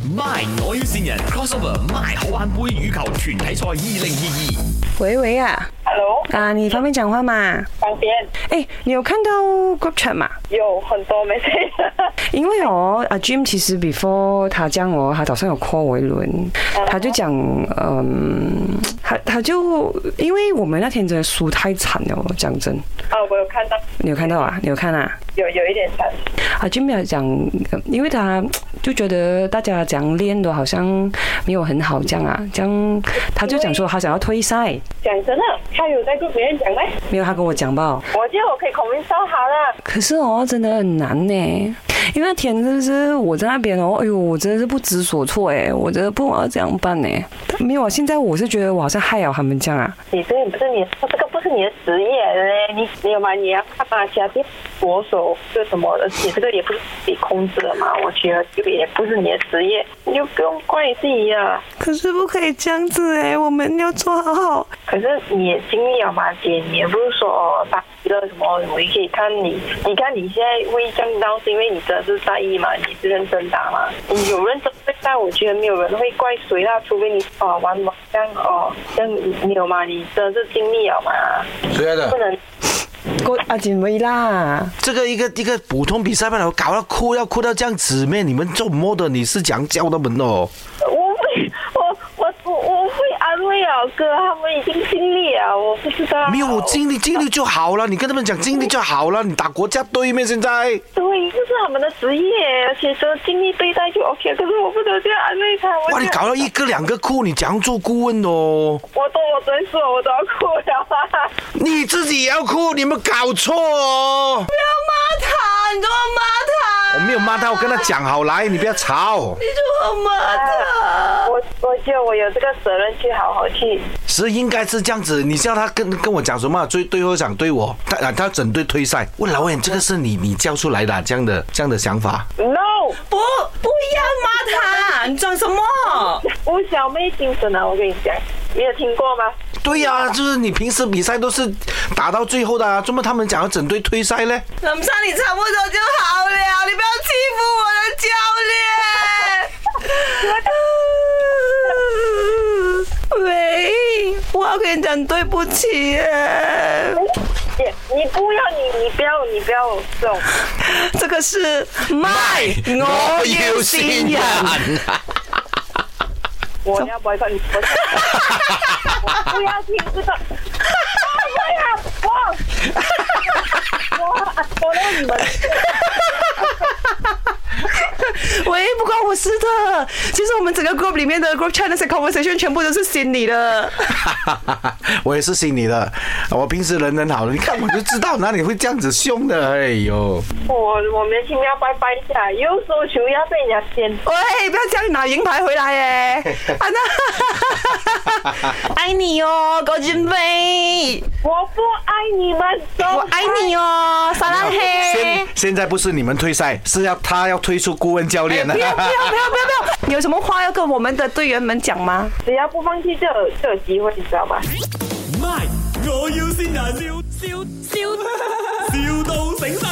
My 我要线人 crossover My 好玩杯羽球團體賽二零二二。喂喂啊， Hello，啊，你方便讲话吗？方便哎，呃你有看到 group chat 吗？有很多 message，因为哦，啊 Jim 其实 before 他这样哦，他早上有 call 我一轮，他就讲，嗯，他他就因为我们那天真的输太惨了，讲真， 啊，我有看到你有看到啊？你有看啊？有有一点惨，啊 Jim 有讲，呃因为他就觉得大家讲练的好像没有很好这样啊，这样他就讲说他想要退赛，讲真的，他有在跟别人讲吗？没有他跟我讲吧。我觉得我可以 convince 到他了，可是哦，真的很难呢，因为那天真的是我在那边哦，哎呦，我真的是不知所措哎，我真的不知道这样办呢。没有啊，现在我是觉得我好像害了他们这样啊。你这也不是你，这个不是你的职业嘞，你你有吗？你要看马来西亚这国手是什么的，你这个也不是自己控制的嘛，我觉得这个也不是你的职业，你就不用怪你自己啊。可是不可以这样子哎，我们要做好好。可是你也经历了嘛，姐，你也不是说哦打一个什么，我也可以看你，你看你现在会降到，是因为你真的是在意嘛，你是认真打嘛，你有认真对待，我觉得没有人会怪谁啦，除非你啊玩麻将哦，这样你有嘛，你真的是经历了嘛，谁来不的？能我阿锦没啊啦，这个一个一个普通比赛罢了，搞到哭要哭到这样子咩？你们做么的？你是讲教他们哦？我会，我我我我会安慰啊哥，他们已经尽力了，我不知道没有，我尽力尽力就好了。你跟他们讲尽力就好了。你打国家队咩？现在对，这是他们的职业，而且说尽力对待就 OK，可是我不能这样安慰他，我哇，这你样搞到一个两个哭，你怎样做顾问哦？我懂，我真是我都要哭了。你自己也要哭，你有没有搞错哦？骂他，你怎么骂我没有骂他，我跟他讲好来，你不要吵。他？你怎么骂他？我我觉得我有这个责任去好好去。是应该是这样子，你叫他跟跟我讲什么？最最后想对我，他啊他整队退赛。问老远，这个是你你教出来的啊这样的这样的想法？ No，不，不要骂他，你装什么？吴小妹精神啊！我跟你讲，你有听过吗？对呀、就是你平时比赛都是打到最后的、啊，怎么他们讲要整队退赛呢？冷上你差不多就好了，你不要欺负我的教练。喂，我要跟你讲对不起耶，姐，你不要你你不要你不要这种，这个是麦，哦我要新 人。我要 boycott 你，我我不要听这个。哎呀，我我我让你们喂，不关我事的，其实我们整个 group 里面的 group chat 那些 conversation 全部都是心理的。我也是信你的，我平时人很好的，你看我就知道哪里会这样子凶的。哎呦，我我们轻要拜拜一下，有时候球要被人家掀。喂，不要这样拿银牌回来耶！啊那， 爱你哦，高金飞，我不爱你们，走 我爱你哦，撒浪嘿现。现在不是你们退赛，是要他要退出顾问教练了 哎不。要不要不要不要不要！你有 什么话要跟我们的队员们讲吗？只要不放弃就有就有机会，你知道吗？啊 My 我要線人，笑笑笑，笑到醒神。